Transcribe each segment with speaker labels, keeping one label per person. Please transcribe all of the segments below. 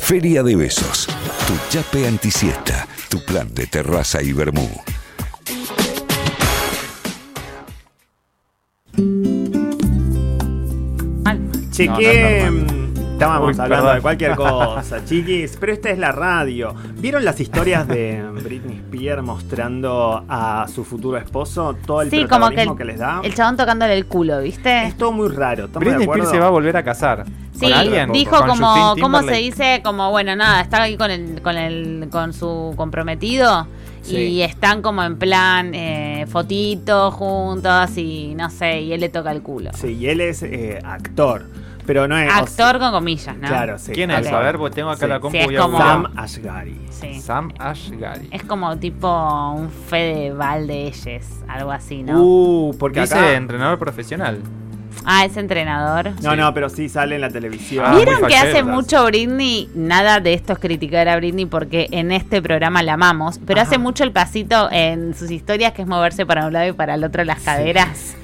Speaker 1: Feria de Besos, tu chape antisiesta, tu plan de terraza y vermú.
Speaker 2: Chequé.
Speaker 3: No, no,
Speaker 2: Estábamos
Speaker 3: Uy,
Speaker 2: hablando
Speaker 3: perdón.
Speaker 2: de cualquier cosa, chiquis, pero esta es la radio. ¿Vieron las historias de Britney Spears mostrando a su futuro esposo todo el
Speaker 4: Sí, como que
Speaker 2: protagonismo
Speaker 4: el,
Speaker 2: que, les da?
Speaker 4: el chabón tocándole el culo, ¿viste?
Speaker 2: Es todo muy raro, ¿estamos
Speaker 3: Britney
Speaker 2: de acuerdo?
Speaker 3: Spears se va a volver a casar.
Speaker 4: Sí,
Speaker 3: ¿Con alguien?
Speaker 4: dijo
Speaker 3: ¿Con
Speaker 4: como,
Speaker 3: Justin
Speaker 4: ¿cómo se
Speaker 3: Timberlake?
Speaker 4: dice? Como, bueno, nada, está ahí con el, con el, con su comprometido
Speaker 2: Sí.
Speaker 4: y están como en plan eh, fotitos juntos y no sé, y él le toca el culo.
Speaker 2: Sí, y él es eh, actor, pero no es... o sea,
Speaker 4: Actor con comillas, ¿no?
Speaker 2: Claro, sí.
Speaker 3: ¿Quién es?
Speaker 4: Ok.
Speaker 3: A ver, pues tengo
Speaker 2: Sí.
Speaker 3: acá la compu.
Speaker 4: Sí, es
Speaker 3: voy a
Speaker 4: como-
Speaker 3: buscar.
Speaker 2: Sam Ashgari.
Speaker 4: Sí.
Speaker 3: Sam Ashgari.
Speaker 4: Es como tipo un Fedeval de ellos, algo así, ¿no?
Speaker 2: Uh, porque
Speaker 3: Dice
Speaker 2: acá...
Speaker 3: entrenador profesional.
Speaker 4: Ah, es entrenador.
Speaker 2: No, no, pero sí sale en la televisión.
Speaker 3: Ah,
Speaker 4: ¿Vieron
Speaker 3: muy
Speaker 4: que hace
Speaker 3: fachero,
Speaker 4: mucho Britney? Nada de esto es criticar a Britney porque en este programa la amamos, pero
Speaker 2: Ajá.
Speaker 4: hace mucho el pasito en sus historias que es moverse para un lado y para el otro las caderas.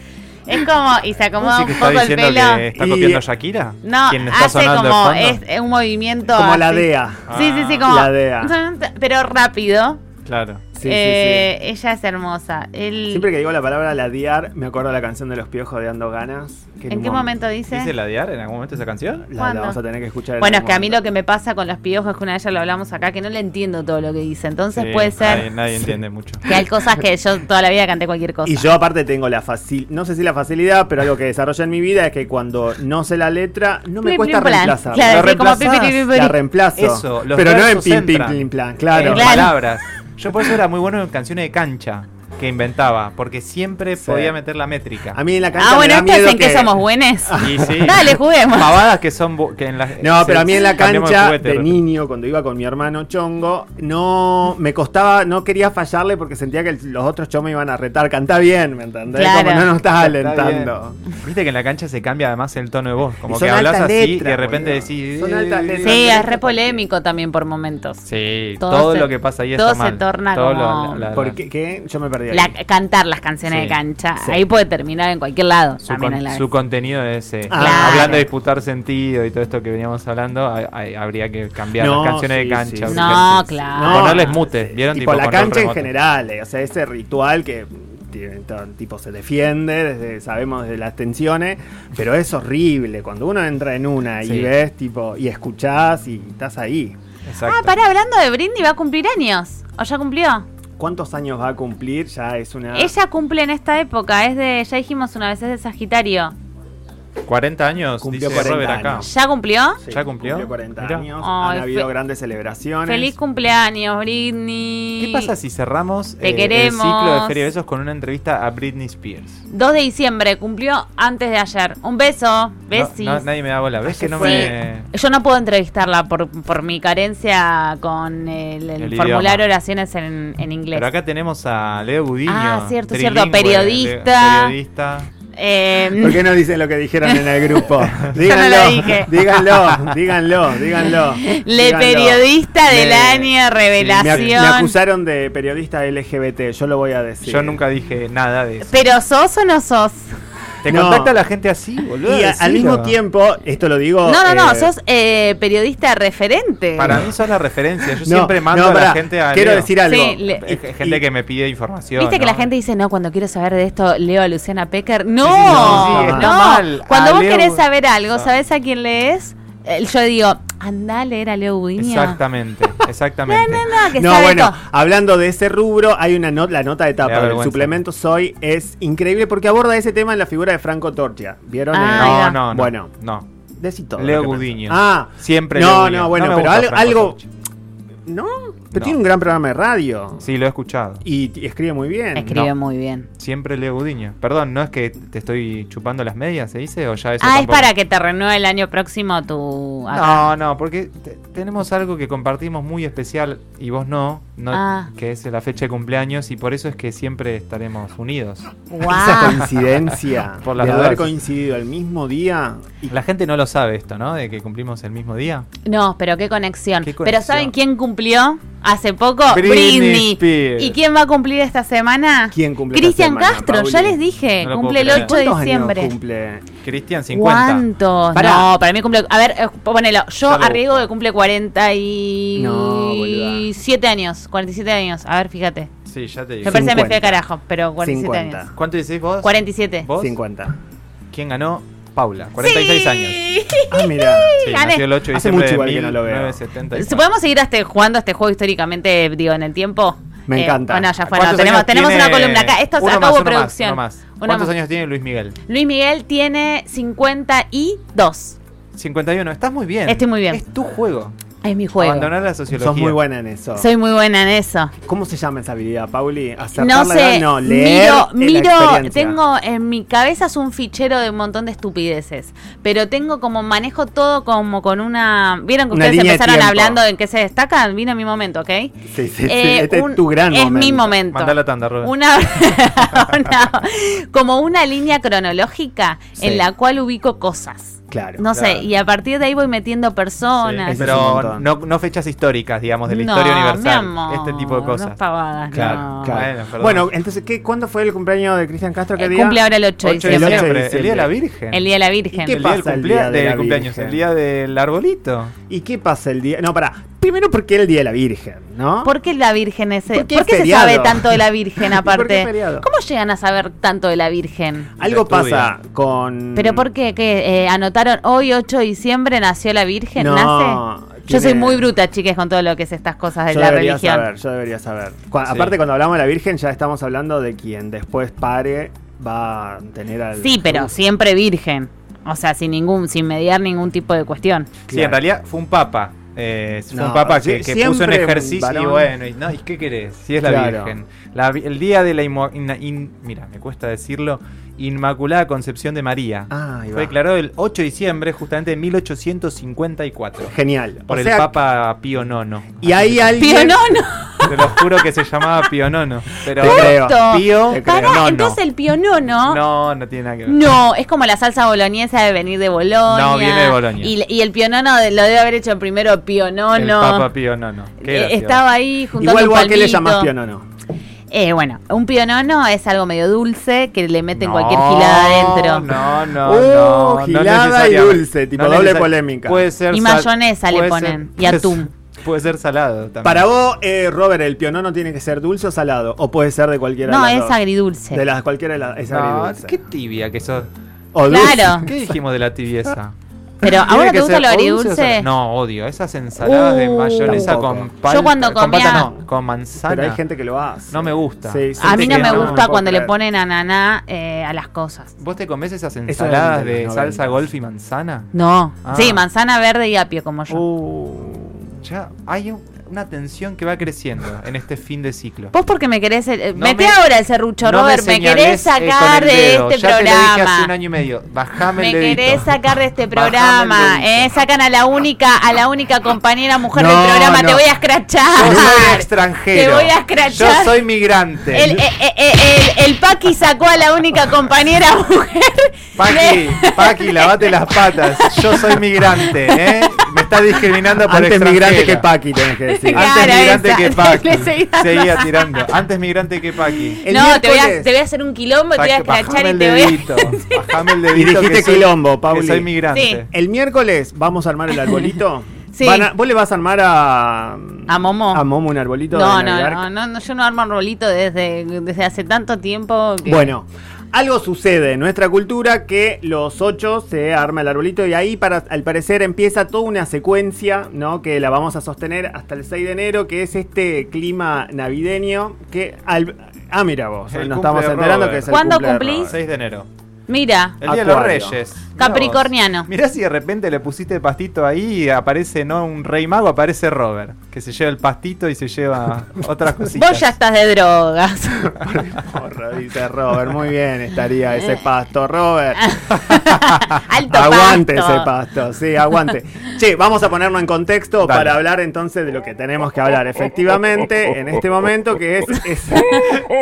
Speaker 4: Es como, y se acomoda
Speaker 3: ¿Sí
Speaker 4: un
Speaker 3: que está
Speaker 4: poco el
Speaker 3: diciendo
Speaker 4: pelo.
Speaker 3: que está
Speaker 2: Y-
Speaker 3: copiando a Shakira?
Speaker 4: No,
Speaker 3: ¿Quién está
Speaker 4: hace
Speaker 3: sonando de
Speaker 4: como
Speaker 3: fondo? Ah.
Speaker 4: es, es un movimiento.
Speaker 2: Como la
Speaker 4: así.
Speaker 2: DEA.
Speaker 4: Sí, sí, sí, como.
Speaker 2: La DEA.
Speaker 4: Pero rápido.
Speaker 3: Claro.
Speaker 2: Sí, sí,
Speaker 4: Eh, Ella es hermosa.
Speaker 2: sí.
Speaker 4: Él-
Speaker 2: Siempre que digo la palabra ladear, me acuerdo de la canción de Los Piojos de Ando Ganas. que
Speaker 4: ¿En
Speaker 2: un
Speaker 4: qué
Speaker 2: mom-
Speaker 4: momento dice?
Speaker 3: ¿Dice ladear en algún momento esa canción?
Speaker 2: La, la
Speaker 4: ¿Cuándo?
Speaker 2: vas a tener que escuchar. en
Speaker 4: Bueno, es
Speaker 2: algún
Speaker 4: que a mí
Speaker 2: momento.
Speaker 4: lo que me pasa con los piojos es que una vez ya lo hablamos acá, que no le entiendo todo lo que dice. Entonces
Speaker 3: Sí,
Speaker 4: puede ser
Speaker 3: Nadie, nadie entiende mucho.
Speaker 4: que hay cosas que yo toda la vida canté cualquier cosa.
Speaker 2: Y yo aparte tengo la facilidad, no sé si la facilidad, pero algo que desarrollé en mi vida es que cuando no sé la letra, no me
Speaker 4: Plim,
Speaker 2: cuesta
Speaker 4: plim, plan.
Speaker 2: reemplazarla.
Speaker 4: Claro,
Speaker 2: La
Speaker 4: sí, como
Speaker 2: reemplazás,
Speaker 4: pi, pi, pi, pi, pi.
Speaker 2: la reemplazo.
Speaker 3: Eso, los
Speaker 2: pero no en
Speaker 3: versos
Speaker 2: pim, pim,
Speaker 3: entran.
Speaker 2: plim, plan,
Speaker 3: En
Speaker 2: claro.
Speaker 4: Eh, Claro.
Speaker 3: palabras. Yo por eso era muy bueno en canciones de cancha que inventaba, porque siempre
Speaker 2: Sí.
Speaker 3: podía meter la métrica.
Speaker 2: A mí en la cancha
Speaker 4: ah,
Speaker 2: me
Speaker 4: bueno,
Speaker 2: da
Speaker 4: esto es
Speaker 2: miedo Ah,
Speaker 4: en que, somos buenos.
Speaker 3: Y sí.
Speaker 4: Dale, juguemos.
Speaker 3: Pavadas que son bu- que en la-
Speaker 2: No,
Speaker 3: se-
Speaker 2: pero a mí en la
Speaker 3: cambiamos
Speaker 2: cancha
Speaker 3: juguete
Speaker 2: de
Speaker 3: repente.
Speaker 2: niño, cuando iba con mi hermano Chongo, no me costaba, no quería fallarle porque sentía que el- los otros chongos me iban a retar. Canta bien, ¿me entendés?
Speaker 4: Claro.
Speaker 2: Como no nos estás
Speaker 3: Está bien.
Speaker 2: alentando.
Speaker 3: Viste que en la cancha se cambia además el tono de voz. Como
Speaker 2: Y
Speaker 3: que
Speaker 2: son
Speaker 3: hablas
Speaker 2: altas
Speaker 3: así
Speaker 2: letras,
Speaker 3: y de repente
Speaker 2: boludo.
Speaker 3: decís.
Speaker 2: Son altas letras.
Speaker 4: Sí, es re polémico también por momentos.
Speaker 3: Sí,
Speaker 4: Todo
Speaker 3: todo,
Speaker 4: se-
Speaker 3: lo que pasa ahí
Speaker 4: todo
Speaker 3: está
Speaker 4: se
Speaker 3: mal.
Speaker 4: torna
Speaker 3: Todo
Speaker 4: como-
Speaker 2: ¿Por qué? ¿Qué? Yo me perdí. ahí.
Speaker 4: La- cantar las canciones
Speaker 3: Sí,
Speaker 4: de cancha.
Speaker 2: sí.
Speaker 4: Ahí puede terminar en cualquier lado.
Speaker 3: su,
Speaker 4: también
Speaker 3: con-
Speaker 4: en la
Speaker 3: su contenido es eh,
Speaker 2: Claro.
Speaker 3: hablando de disputar sentido y todo esto que veníamos hablando hay- hay- habría que cambiar
Speaker 2: No,
Speaker 3: las canciones
Speaker 2: sí,
Speaker 3: de cancha
Speaker 2: sí,
Speaker 4: No,
Speaker 3: urgente.
Speaker 4: claro.
Speaker 2: No,
Speaker 3: ponerles mute vieron
Speaker 2: tipo, la
Speaker 3: control
Speaker 2: cancha en
Speaker 3: remoto.
Speaker 2: general, eh, o sea, ese ritual que tiene to- tipo se defiende, desde, sabemos de las tensiones, pero es horrible cuando uno entra en una y
Speaker 3: Sí.
Speaker 2: ves tipo y escuchás y estás ahí.
Speaker 3: Exacto.
Speaker 4: Ah, pará, hablando de Britney, va a cumplir años. ¿O ya cumplió?
Speaker 2: Ah. ¿Cuántos años va a cumplir? Ya es una
Speaker 4: Ella cumple en esta época. Es de, ya dijimos una vez, es de Sagitario.
Speaker 3: 40 años
Speaker 2: Cumplió
Speaker 3: dice
Speaker 2: 40
Speaker 3: Robert acá
Speaker 2: años.
Speaker 4: ¿Ya cumplió?
Speaker 2: Sí,
Speaker 3: ¿Ya cumplió?
Speaker 2: 40
Speaker 3: Mirá.
Speaker 2: años.
Speaker 4: Ay,
Speaker 2: Han habido
Speaker 4: fe-
Speaker 2: grandes celebraciones.
Speaker 4: Feliz cumpleaños, Britney.
Speaker 3: ¿Qué pasa si cerramos
Speaker 4: Te
Speaker 3: eh, el
Speaker 4: queremos.
Speaker 3: ciclo de Feria de Besos con una entrevista a Britney Spears?
Speaker 4: 2 de diciembre, cumplió antes de ayer. Un beso, besis.
Speaker 3: No, no, nadie me da bola. ¿Ves que no
Speaker 4: Sí.
Speaker 3: me...?
Speaker 4: Yo no puedo entrevistarla por, por mi carencia con el, el
Speaker 3: El
Speaker 4: formulario
Speaker 3: idioma.
Speaker 4: oraciones en, en inglés.
Speaker 3: Pero acá tenemos a Leo Budiño.
Speaker 4: Ah, cierto, cierto,
Speaker 3: trilingüe,
Speaker 4: periodista.
Speaker 3: Leo- periodista.
Speaker 4: Eh,
Speaker 2: ¿Por qué no dicen lo que dijeron en el grupo?
Speaker 4: lo
Speaker 2: Díganlo,
Speaker 4: dije.
Speaker 2: díganlo, díganlo, díganlo.
Speaker 4: le
Speaker 2: díganlo.
Speaker 4: periodista del
Speaker 2: Me-
Speaker 4: año,
Speaker 2: Me, ac-
Speaker 4: revelación.
Speaker 2: me acusaron de periodista LGBT, yo lo voy a decir.
Speaker 3: Yo nunca dije nada de eso.
Speaker 4: Pero sos o no sos?
Speaker 3: ¿Te
Speaker 2: No.
Speaker 3: contacta la gente así, boludo?
Speaker 2: Y a- al
Speaker 3: Decilo.
Speaker 2: mismo tiempo, esto lo digo.
Speaker 4: No, no, no,
Speaker 2: eh,
Speaker 4: sos eh, periodista referente.
Speaker 3: Para mí sos la referencia. Yo
Speaker 2: no,
Speaker 3: siempre mando
Speaker 2: no,
Speaker 3: a la
Speaker 2: pará,
Speaker 3: gente a.
Speaker 2: Quiero
Speaker 3: Leo.
Speaker 2: decir algo.
Speaker 4: Sí, le-
Speaker 3: Eh, Gente que me pide información.
Speaker 4: Viste que
Speaker 3: ¿no?
Speaker 4: la gente dice, no, cuando quiero saber de esto, leo a Luciana Pecker. No,
Speaker 3: sí,
Speaker 2: sí,
Speaker 4: no.
Speaker 2: está
Speaker 3: mal.
Speaker 4: Cuando
Speaker 3: A
Speaker 4: vos
Speaker 3: Leo-
Speaker 4: querés saber algo,
Speaker 3: No.
Speaker 4: ¿sabés a quién lees? Eh, Yo digo, andá a leer a Leo Budiña.
Speaker 3: Exactamente, exactamente.
Speaker 4: No, no, que
Speaker 2: No,
Speaker 4: sabe
Speaker 2: bueno,
Speaker 4: todo.
Speaker 2: hablando de ese rubro, hay una nota, la nota de
Speaker 3: Me
Speaker 2: tapa
Speaker 3: da
Speaker 2: del
Speaker 3: vergüenza.
Speaker 2: suplemento Soy es increíble porque aborda ese tema en la figura de Franco Tortia. ¿Vieron?
Speaker 4: Ah,
Speaker 2: Eh,
Speaker 4: ahí va.
Speaker 3: No, no, no.
Speaker 2: Bueno.
Speaker 3: no.
Speaker 2: decí todo
Speaker 3: Leo
Speaker 2: lo que
Speaker 3: Gudiño.
Speaker 2: pensás. Ah,
Speaker 3: Siempre
Speaker 2: No,
Speaker 3: Leo Gudiño.
Speaker 2: no, bueno,
Speaker 3: me
Speaker 2: pero
Speaker 3: gusta
Speaker 2: al-
Speaker 3: Franco
Speaker 2: algo-
Speaker 3: Torchi.
Speaker 2: ¿no? Pero
Speaker 3: No.
Speaker 2: tiene un gran programa de radio.
Speaker 3: Sí, lo he escuchado.
Speaker 2: Y, y escribe muy bien.
Speaker 4: Escribe
Speaker 3: No.
Speaker 4: muy bien.
Speaker 3: Siempre Leo Gudiño. Perdón, ¿no es que te estoy chupando las medias, se dice? ¿O ya eso
Speaker 4: ah, es
Speaker 3: tampoco?
Speaker 4: para que te renueve el año próximo tu... acá.
Speaker 3: No, no, porque te- tenemos algo que compartimos muy especial y vos no, no
Speaker 4: Ah.
Speaker 3: que es la fecha de cumpleaños y por eso es que siempre estaremos unidos.
Speaker 2: Esa
Speaker 4: Guau.
Speaker 2: coincidencia
Speaker 3: Por las
Speaker 2: de haber
Speaker 3: dudas.
Speaker 2: coincidido el mismo día. Y
Speaker 3: La gente no lo sabe esto, ¿no? De que cumplimos el mismo día.
Speaker 4: No, pero qué conexión.
Speaker 3: Qué
Speaker 4: Pero
Speaker 3: conexión.
Speaker 4: ¿saben quién cumplió hace poco?
Speaker 3: Britney
Speaker 4: Britney.
Speaker 3: Spears.
Speaker 4: ¿Y quién va a cumplir esta semana?
Speaker 2: ¿Quién cumple esta
Speaker 4: Cristian
Speaker 2: semana,
Speaker 4: Cristian Castro,
Speaker 2: Pauli.
Speaker 4: ya les dije,
Speaker 3: No lo
Speaker 4: cumple el
Speaker 3: puedo creer.
Speaker 4: 8 de
Speaker 2: ¿Cuántos años
Speaker 4: diciembre.
Speaker 2: cumple?
Speaker 3: Cristian 50.
Speaker 4: ¿Cuántos?
Speaker 2: Pará.
Speaker 4: No, para mí cumple. A ver, eh, ponelo. Yo
Speaker 3: Ya lo
Speaker 4: arriesgo
Speaker 3: busco.
Speaker 4: que cumple 47
Speaker 2: No, boluda.
Speaker 4: años. 47 años. A ver, fíjate.
Speaker 3: Sí, ya te digo.
Speaker 4: Me parece que me fui
Speaker 2: 50.
Speaker 4: al carajo, pero 47
Speaker 2: 50.
Speaker 4: años.
Speaker 3: ¿Cuánto decís vos?
Speaker 4: 47.
Speaker 3: ¿Vos?
Speaker 2: 50.
Speaker 3: ¿Quién ganó? Paula, 46
Speaker 4: Sí.
Speaker 3: años.
Speaker 2: Ah, mira.
Speaker 3: Sí,
Speaker 4: Gané.
Speaker 3: nació el 8 de
Speaker 2: Hace
Speaker 3: diciembre
Speaker 2: mucho igual
Speaker 3: de
Speaker 2: que no lo veo.
Speaker 3: 1974.
Speaker 4: Si ¿Podemos seguir hasta jugando este juego históricamente, digo, en el tiempo?
Speaker 2: Me encanta.
Speaker 4: Oh, no, ya fue. no.
Speaker 3: ¿Cuántos
Speaker 4: tenemos
Speaker 3: años
Speaker 4: tenemos
Speaker 3: tiene-
Speaker 4: una columna acá. Esto
Speaker 3: Uno
Speaker 4: acá
Speaker 3: más,
Speaker 4: hubo
Speaker 3: uno más,
Speaker 4: producción.
Speaker 3: uno más.
Speaker 4: Uno
Speaker 3: ¿Cuántos
Speaker 4: más.
Speaker 3: años tiene Luis Miguel?
Speaker 4: Luis Miguel tiene 52.
Speaker 3: 51. Estás muy bien.
Speaker 4: Estoy muy bien.
Speaker 3: Es tu juego.
Speaker 4: Es mi juego.
Speaker 3: Abandonar la sociología.
Speaker 2: Sos muy buena en eso.
Speaker 4: Soy muy buena en eso.
Speaker 2: ¿Cómo se llama esa habilidad, Pauli? ¿Acertar
Speaker 4: No
Speaker 2: la
Speaker 4: sé,
Speaker 2: edad? No, leer la
Speaker 4: miro, miro,
Speaker 2: experiencia.
Speaker 4: tengo en mi cabeza es un fichero de un montón de estupideces, pero tengo como manejo todo como con una, vieron que
Speaker 2: Una
Speaker 4: ustedes
Speaker 2: línea de
Speaker 4: empezaron
Speaker 2: tiempo.
Speaker 4: hablando en qué se destacan, vino mi momento, ¿ok?
Speaker 2: Sí, sí, sí,
Speaker 4: Eh,
Speaker 2: este
Speaker 4: un-
Speaker 2: es tu gran
Speaker 4: es
Speaker 2: momento.
Speaker 4: mi momento.
Speaker 3: Mandá la tanda, Robert.
Speaker 4: Una, una- como una línea cronológica
Speaker 3: Sí.
Speaker 4: en la cual ubico cosas.
Speaker 2: Claro.
Speaker 4: No sé,
Speaker 3: Claro.
Speaker 4: y a partir de ahí voy metiendo personas.
Speaker 2: Ese
Speaker 3: Sí,
Speaker 2: es un
Speaker 3: pero
Speaker 2: montón.
Speaker 3: no, no fechas históricas, digamos, de la
Speaker 4: No,
Speaker 3: historia
Speaker 4: mi
Speaker 3: universal.
Speaker 4: amor,
Speaker 3: este tipo de
Speaker 4: no
Speaker 3: cosas.
Speaker 4: pavadas,
Speaker 3: Claro,
Speaker 4: no.
Speaker 2: Claro.
Speaker 3: Bueno, perdón.
Speaker 2: Bueno, entonces, ¿qué, ¿cuándo fue el cumpleaños de Cristian Castro? ¿Qué
Speaker 4: Eh,
Speaker 2: día?
Speaker 4: Cumple ahora el 8 de
Speaker 3: 8 de
Speaker 4: diciembre,
Speaker 2: diciembre.
Speaker 3: diciembre, el día de la
Speaker 2: diciembre.
Speaker 3: Virgen.
Speaker 4: el Día de la
Speaker 2: ¿Y
Speaker 4: Virgen.
Speaker 2: qué
Speaker 3: El día del,
Speaker 2: pasa el
Speaker 3: cumplea-
Speaker 2: día de
Speaker 3: del
Speaker 2: la
Speaker 3: cumpleaños,
Speaker 2: Virgen?
Speaker 3: el día del arbolito.
Speaker 2: ¿Y qué pasa el día? No, pará. Primero porque el día de la Virgen, ¿no?
Speaker 4: ¿Por qué la Virgen es
Speaker 2: ¿Por
Speaker 4: ¿Por
Speaker 2: qué
Speaker 4: qué,
Speaker 2: es
Speaker 4: se
Speaker 2: feriado?
Speaker 4: sabe tanto de la Virgen
Speaker 2: ¿Y por qué
Speaker 4: aparte?
Speaker 2: feriado?
Speaker 4: ¿Cómo llegan a saber tanto de la Virgen?
Speaker 2: Algo
Speaker 3: Se estudia.
Speaker 2: pasa con.
Speaker 4: ¿Pero por qué? ¿Qué, eh, ¿Anotaron hoy 8 de diciembre nació la Virgen?
Speaker 2: No,
Speaker 4: ¿Nace? Yo
Speaker 2: tiene-
Speaker 4: soy muy bruta, chiques, con todo lo que es estas cosas de
Speaker 2: Yo
Speaker 4: la
Speaker 2: debería
Speaker 4: religión.
Speaker 2: saber, yo debería saber. Cu-
Speaker 3: Sí.
Speaker 2: Aparte, cuando hablamos de la Virgen, ya estamos hablando de quien después pare va a tener al.
Speaker 4: Sí, pero siempre Virgen. O sea, sin ningún, sin mediar ningún tipo de cuestión.
Speaker 3: Sí, en realidad fue un papa. eh, fue
Speaker 2: No,
Speaker 3: un papa
Speaker 2: sí,
Speaker 3: que, que puso en
Speaker 2: siempre un
Speaker 3: ejercicio y
Speaker 2: varón.
Speaker 3: bueno, y, no, ¿y qué querés? Si es la
Speaker 2: Claro.
Speaker 3: Virgen. La vi- el día de la inmo- in- in- mira, me cuesta decirlo, Inmaculada Concepción de María.
Speaker 2: Ah, ahí
Speaker 3: Fue
Speaker 2: va.
Speaker 3: declarado el 8 de diciembre justamente de 1854
Speaker 2: Genial.
Speaker 3: por
Speaker 2: O
Speaker 3: el
Speaker 2: sea,
Speaker 3: papa Pío Nono.
Speaker 2: Y hay alguien.
Speaker 4: Pío, no, no.
Speaker 3: Te lo juro que se llamaba Pío Nono, pero
Speaker 2: Te creo.
Speaker 4: Justo.
Speaker 3: Pío
Speaker 2: Te creo.
Speaker 4: Pará,
Speaker 3: Nono.
Speaker 4: entonces el pionono. No.
Speaker 3: No, no tiene nada que ver.
Speaker 4: No, es como la salsa boloñesa de venir de Bolonia.
Speaker 3: No, viene de Bolonia.
Speaker 4: Y, y el pionono de- lo debe haber hecho primero pionono.
Speaker 3: el Papa Pío Nono. Qué
Speaker 4: Eh,
Speaker 3: gracioso.
Speaker 4: Estaba ahí juntando
Speaker 2: Igual
Speaker 4: un
Speaker 2: vos a qué le
Speaker 4: palmito.
Speaker 2: llamás pionono.
Speaker 4: Eh, bueno, un pionono es algo medio dulce que le meten
Speaker 3: No,
Speaker 4: cualquier gilada adentro.
Speaker 3: No, no,
Speaker 2: Uh,
Speaker 3: no, no.
Speaker 2: gilada y
Speaker 3: necesariamente.
Speaker 2: dulce, tipo
Speaker 3: No
Speaker 2: doble
Speaker 3: necesari-
Speaker 2: polémica.
Speaker 3: Puede ser
Speaker 4: Y
Speaker 3: sal-
Speaker 4: mayonesa le
Speaker 3: puede
Speaker 4: ponen, y
Speaker 3: puede ser-
Speaker 4: atún.
Speaker 3: Puede ser salado también.
Speaker 2: Para vos, eh, Robert, el pionono tiene que ser dulce o salado. O puede ser de cualquiera
Speaker 4: No,
Speaker 2: de las
Speaker 4: es
Speaker 2: dos.
Speaker 4: agridulce.
Speaker 2: De las cualquiera de las. Es
Speaker 3: No,
Speaker 2: agridulce.
Speaker 3: qué tibia que sos.
Speaker 2: O dulce.
Speaker 4: Claro.
Speaker 3: ¿Qué dijimos de la tibieza?
Speaker 4: Pero ¿a
Speaker 3: ¿Tiene
Speaker 4: vos no
Speaker 3: que
Speaker 4: te gusta
Speaker 3: ser
Speaker 4: lo
Speaker 3: o dulce o
Speaker 4: agridulce?
Speaker 3: salado? No, odio. Esas ensaladas de
Speaker 4: Uh,
Speaker 3: mayonesa
Speaker 2: Tampoco.
Speaker 3: con palta.
Speaker 4: Yo cuando
Speaker 3: Con palta
Speaker 4: comía-
Speaker 3: no, con manzana.
Speaker 2: Pero hay gente que lo hace.
Speaker 3: No me gusta.
Speaker 2: Sí, sí,
Speaker 4: A mí
Speaker 2: sí,
Speaker 4: no
Speaker 2: sí,
Speaker 4: me
Speaker 3: no, no
Speaker 4: gusta
Speaker 2: puedo
Speaker 4: cuando le
Speaker 2: creer.
Speaker 4: ponen ananá eh, a las cosas.
Speaker 3: ¿Vos te comés esas
Speaker 2: es de
Speaker 3: ensaladas de,
Speaker 2: los 90.
Speaker 3: salsa golf y manzana?
Speaker 4: No.
Speaker 3: Ah.
Speaker 4: Sí, manzana verde y apio como yo.
Speaker 2: Uh.
Speaker 3: Ya hay un- una tensión que va creciendo en este fin de ciclo.
Speaker 4: Vos porque me querés... el-
Speaker 3: No
Speaker 4: Mete
Speaker 3: me-
Speaker 4: ahora el serrucho,
Speaker 3: No
Speaker 4: Robert. Me,
Speaker 3: señales,
Speaker 4: querés
Speaker 3: eh, con el
Speaker 4: sacar de
Speaker 3: dedo.
Speaker 4: este
Speaker 3: ya Te lo dije hace un
Speaker 4: programa.
Speaker 3: año y medio. Bajame
Speaker 4: Me
Speaker 3: el dedito.
Speaker 4: querés sacar de este
Speaker 3: Bajame el
Speaker 4: programa,
Speaker 3: dedito.
Speaker 4: eh, sacan a la única, a la única compañera mujer
Speaker 2: No,
Speaker 4: del programa, te
Speaker 2: no.
Speaker 4: voy
Speaker 3: Yo
Speaker 4: a
Speaker 3: soy
Speaker 4: escrachar.
Speaker 3: extranjero.
Speaker 4: Ah, Te voy a escrachar.
Speaker 3: Yo soy migrante.
Speaker 4: El, eh, eh, eh, el- el Paqui sacó a la única compañera mujer.
Speaker 3: Paqui,
Speaker 4: de-
Speaker 3: Paqui, lavate las patas. Yo soy migrante, ¿eh? Me está discriminando por
Speaker 2: Antes
Speaker 3: extranjero.
Speaker 2: migrante que Paqui, tenés que decir.
Speaker 4: Claro.
Speaker 3: Antes migrante
Speaker 4: esa.
Speaker 3: que Paqui.
Speaker 4: Le seguía
Speaker 3: Seguía tirando. Antes migrante que Paqui.
Speaker 2: El
Speaker 4: no, te voy, a,
Speaker 2: miércoles-
Speaker 4: te voy a hacer un quilombo, te voy a
Speaker 3: Paqui,
Speaker 4: escrachar
Speaker 3: Bajame
Speaker 4: y
Speaker 3: el
Speaker 4: te voy a...
Speaker 3: dedito. Bajame el dedito.
Speaker 2: Y dijiste
Speaker 3: que soy-
Speaker 2: quilombo,
Speaker 3: Que
Speaker 2: Pauli.
Speaker 3: soy migrante.
Speaker 2: El miércoles vamos a armar el arbolito.
Speaker 4: Sí.
Speaker 2: Van a- ¿Vos le vas a armar a. A
Speaker 4: Momo.
Speaker 2: A Momo un arbolito.
Speaker 4: No,
Speaker 2: de
Speaker 4: no,
Speaker 2: Navidad?
Speaker 4: no, no, no, yo no armo arbolito desde, desde hace tanto tiempo. que-
Speaker 2: Bueno, algo sucede en nuestra cultura que los ocho se arma el arbolito y ahí para, al parecer empieza toda una secuencia, ¿no? Que la vamos a sostener hasta el 6 de enero, que es este clima navideño que al- ah, mira vos,
Speaker 3: El
Speaker 2: nos
Speaker 3: cumple
Speaker 2: estamos
Speaker 3: de
Speaker 2: enterando
Speaker 3: Robert.
Speaker 2: que es el
Speaker 4: ¿Cuándo
Speaker 2: cumple de
Speaker 4: cumplís?
Speaker 2: Robert.
Speaker 3: 6 Ah, de enero.
Speaker 4: Mira,
Speaker 3: El día de los
Speaker 2: Acuario.
Speaker 3: Reyes. Mirá vos.
Speaker 4: Capricorniano.
Speaker 3: Mirá si de repente le pusiste pastito ahí y aparece no un rey mago, aparece Robert, que se lleva el pastito y se lleva otras cositas.
Speaker 4: vos ya estás de drogas.
Speaker 2: Porra, dice Robert, muy bien estaría ese pasto, Robert.
Speaker 4: Alto
Speaker 2: aguante
Speaker 4: pasto.
Speaker 2: ese pasto, sí, aguante. che, vamos a ponernos en contexto
Speaker 3: Dale.
Speaker 2: para hablar entonces de lo que tenemos que hablar efectivamente en este momento, que es... es-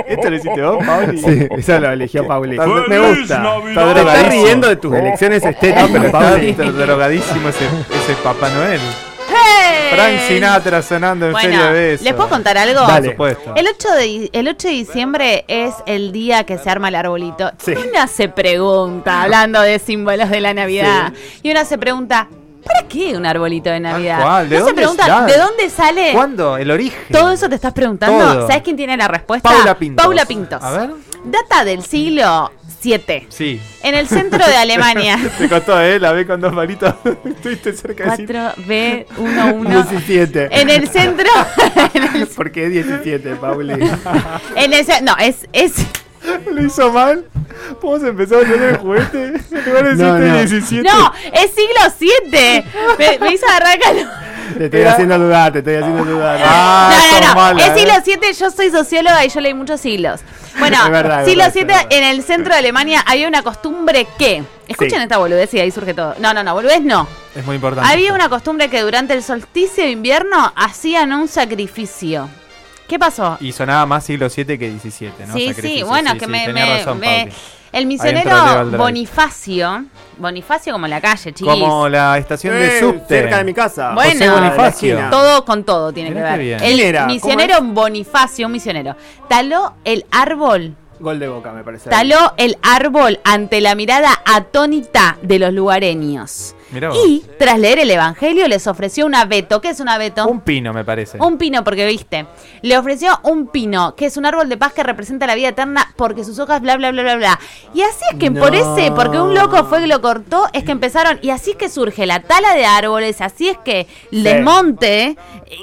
Speaker 3: Esto lo hiciste vos, Pauli.
Speaker 2: sí, eso lo eligió Pauli.
Speaker 3: Feliz
Speaker 2: Me gusta.
Speaker 3: Navidad.
Speaker 2: Te estás
Speaker 3: Drogadísimo.
Speaker 2: riendo de tus elecciones
Speaker 3: No,
Speaker 2: estéticas,
Speaker 3: pero está
Speaker 2: Pauli.
Speaker 3: dro- drogadísimo ese, ese Papá Noel.
Speaker 4: ¡Hey!
Speaker 3: Frank Sinatra sonando en
Speaker 4: Eh, Bueno,
Speaker 3: serio de eso.
Speaker 4: ¿les puedo contar algo?
Speaker 2: Dale.
Speaker 3: Por supuesto.
Speaker 4: El 8, de, di- el 8 de diciembre es el día que se arma el arbolito.
Speaker 2: Sí.
Speaker 4: Y una se pregunta, hablando de símbolos de la Navidad, y una se pregunta, ¿para qué un arbolito de Navidad?
Speaker 3: cual, ¿de
Speaker 4: no se
Speaker 3: dónde
Speaker 4: pregunta,
Speaker 3: sale?
Speaker 4: ¿de dónde sale?
Speaker 3: ¿Cuándo? El origen.
Speaker 4: Todo eso te estás preguntando.
Speaker 3: Todo.
Speaker 4: ¿Sabes quién tiene la respuesta?
Speaker 3: Paula Pintos.
Speaker 4: Paula Pintos.
Speaker 3: A ver.
Speaker 4: Data del siglo 7.
Speaker 3: Sí.
Speaker 4: En el centro de Alemania.
Speaker 3: Te costó, ¿eh? La ve con dos manitos. Estuviste cerca de decir.
Speaker 4: 4B11.
Speaker 2: 17.
Speaker 4: En el centro. en el-
Speaker 2: ¿Por qué 17, Pauli?
Speaker 4: en el ce- no, es, es.
Speaker 3: Lo hizo mal. Podemos empezar a tener el juguete. En lugar de
Speaker 2: No,
Speaker 3: decirte
Speaker 2: no.
Speaker 3: 17.
Speaker 4: No, es siglo 7. Me, me hizo agarrar calor.
Speaker 2: Te estoy haciendo dudar, te estoy haciendo dudar.
Speaker 3: Ah,
Speaker 4: no, no,
Speaker 3: sos
Speaker 4: no.
Speaker 3: mala,
Speaker 4: es
Speaker 3: eh.
Speaker 4: siglo 7, yo soy socióloga y yo leí muchos siglos. Bueno,
Speaker 2: Es verdad, es
Speaker 4: siglo
Speaker 2: verdad,
Speaker 4: 7
Speaker 2: es verdad.
Speaker 4: en el centro de Alemania había una costumbre que. Escuchen
Speaker 2: Sí.
Speaker 4: esta boludez y ahí surge todo. No, no, no, boludez no.
Speaker 3: Es muy importante.
Speaker 4: Había una costumbre que durante el solsticio de invierno hacían un sacrificio. ¿Qué pasó?
Speaker 3: Y sonaba más siglo 7 que 17, ¿no?
Speaker 4: sí, sí,
Speaker 3: Sacrificio,
Speaker 4: bueno, que
Speaker 3: sí,
Speaker 4: me,
Speaker 3: tenés
Speaker 4: me-
Speaker 3: razón,
Speaker 4: me-
Speaker 3: Pauli.
Speaker 4: El
Speaker 3: entra el Leo
Speaker 4: misionero
Speaker 3: Aldridge.
Speaker 4: Bonifacio, Bonifacio como la calle, chiquis.
Speaker 3: Como la estación de
Speaker 2: Eh,
Speaker 3: subte.
Speaker 2: cerca de mi casa.
Speaker 4: Bueno. José
Speaker 3: Ah, Bonifacio.
Speaker 2: De la esquina.
Speaker 4: Todo con todo tiene
Speaker 3: Mirá
Speaker 4: que
Speaker 3: qué
Speaker 4: ver.
Speaker 3: bien.
Speaker 4: El
Speaker 2: ¿Quién era? ¿Cómo
Speaker 4: misionero Bonifacio, un misionero, taló el árbol,
Speaker 2: Gol de boca, me parece.
Speaker 4: taló el árbol ante la mirada atónita de los lugareños.
Speaker 3: Mirá vos.
Speaker 4: Y tras leer el Evangelio les ofreció un abeto. ¿Qué es un abeto?
Speaker 3: Un pino, me parece.
Speaker 4: Un pino, porque viste. Le ofreció un pino, que es un árbol de paz que representa la vida eterna porque sus hojas, bla, bla, bla, bla, bla. Y así es que por
Speaker 2: No.
Speaker 4: ese, porque un loco fue y lo cortó, es que empezaron. Y así es que surge la tala de árboles, así es que Desmonte,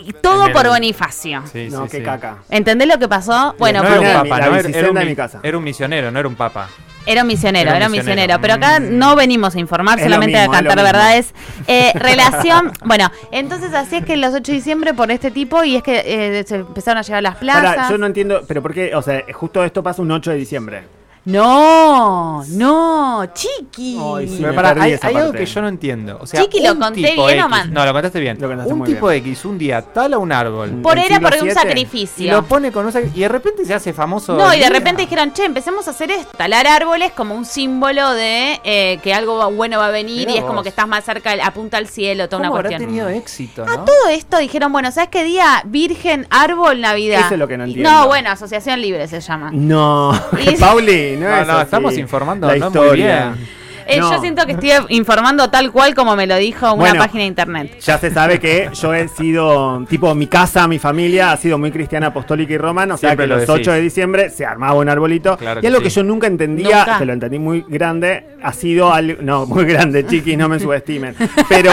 Speaker 4: y todo
Speaker 3: En el-
Speaker 4: por Bonifacio.
Speaker 3: Sí,
Speaker 2: No,
Speaker 3: sí,
Speaker 2: qué
Speaker 3: sí.
Speaker 2: caca.
Speaker 4: ¿Entendés lo que pasó? Bueno,
Speaker 3: no
Speaker 2: pero-
Speaker 3: era un
Speaker 2: Era
Speaker 3: papa,
Speaker 2: mi- la
Speaker 3: no, era, era un,
Speaker 2: bicicenda de
Speaker 3: mi-
Speaker 2: mi casa.
Speaker 3: era un misionero, no era un papa.
Speaker 4: Era un misionero, era un misionero. Pero acá
Speaker 3: Mm.
Speaker 4: no venimos a informar,
Speaker 2: Es lo
Speaker 4: solamente
Speaker 2: mismo,
Speaker 4: a
Speaker 2: es lo
Speaker 4: cantar
Speaker 2: mismo.
Speaker 4: verdades. Eh, relación. Bueno, entonces así es que los 8 de diciembre por este tipo y es que eh, se empezaron a llegar las plazas.
Speaker 2: Pará, yo no entiendo, pero ¿por qué? O sea, justo esto pasa un 8 de diciembre.
Speaker 4: No, no, chiqui.
Speaker 2: Ay, sí.
Speaker 3: Pero
Speaker 2: me
Speaker 3: pará,
Speaker 2: perdí
Speaker 3: hay,
Speaker 2: esa
Speaker 3: hay algo
Speaker 2: parte.
Speaker 3: que yo no entiendo. O sea,
Speaker 4: Chiqui, ¿lo
Speaker 3: un
Speaker 4: conté
Speaker 3: tipo
Speaker 4: bien o
Speaker 3: X-
Speaker 4: mal?
Speaker 3: No, lo contaste bien.
Speaker 2: Lo contaste
Speaker 3: un
Speaker 2: muy
Speaker 3: tipo
Speaker 2: bien.
Speaker 3: X un día tala un árbol
Speaker 4: Por
Speaker 2: ¿El
Speaker 4: era
Speaker 2: siglo
Speaker 4: por un
Speaker 2: VII?
Speaker 3: y lo
Speaker 4: sacrificio.
Speaker 3: pone con un sac- y de repente se hace famoso.
Speaker 4: No,
Speaker 3: el
Speaker 4: y
Speaker 3: día.
Speaker 4: de repente dijeron, che, empecemos a hacer esto. Talar árboles como un símbolo de eh, que algo va- bueno va a venir
Speaker 3: Mirá
Speaker 4: y es como
Speaker 3: vos.
Speaker 4: que estás más cerca, del- apunta al cielo, toda
Speaker 3: ¿Cómo
Speaker 4: una
Speaker 3: habrá
Speaker 4: cuestión.
Speaker 3: tenido éxito, no?
Speaker 4: Todo esto dijeron, bueno, ¿sabes qué día? Virgen, árbol, Navidad.
Speaker 2: Eso es lo que no
Speaker 4: Y-
Speaker 2: entiendo.
Speaker 4: No, bueno, Asociación Libre se llama.
Speaker 2: No,
Speaker 4: Ah. Y-
Speaker 2: Pauli, no,
Speaker 3: No,
Speaker 2: es
Speaker 3: no,
Speaker 2: así.
Speaker 3: estamos informando,
Speaker 2: la
Speaker 3: no muy
Speaker 2: historia.
Speaker 3: bien.
Speaker 4: Eh,
Speaker 2: No.
Speaker 4: Yo siento que estoy informando tal cual como me lo dijo una
Speaker 2: Bueno.
Speaker 4: página de internet.
Speaker 2: Ya se sabe que yo he sido, tipo, mi casa, mi familia ha sido muy cristiana, apostólica y romana. O sea
Speaker 3: Siempre
Speaker 2: que
Speaker 3: lo
Speaker 2: los
Speaker 3: decís.
Speaker 2: 8 de diciembre se armaba un arbolito. y
Speaker 3: Claro que
Speaker 2: algo
Speaker 3: sí.
Speaker 2: que yo nunca entendía,
Speaker 4: Nunca.
Speaker 2: que lo entendí muy grande, ha sido. al- No, muy grande, chiquis, no me subestimen. Pero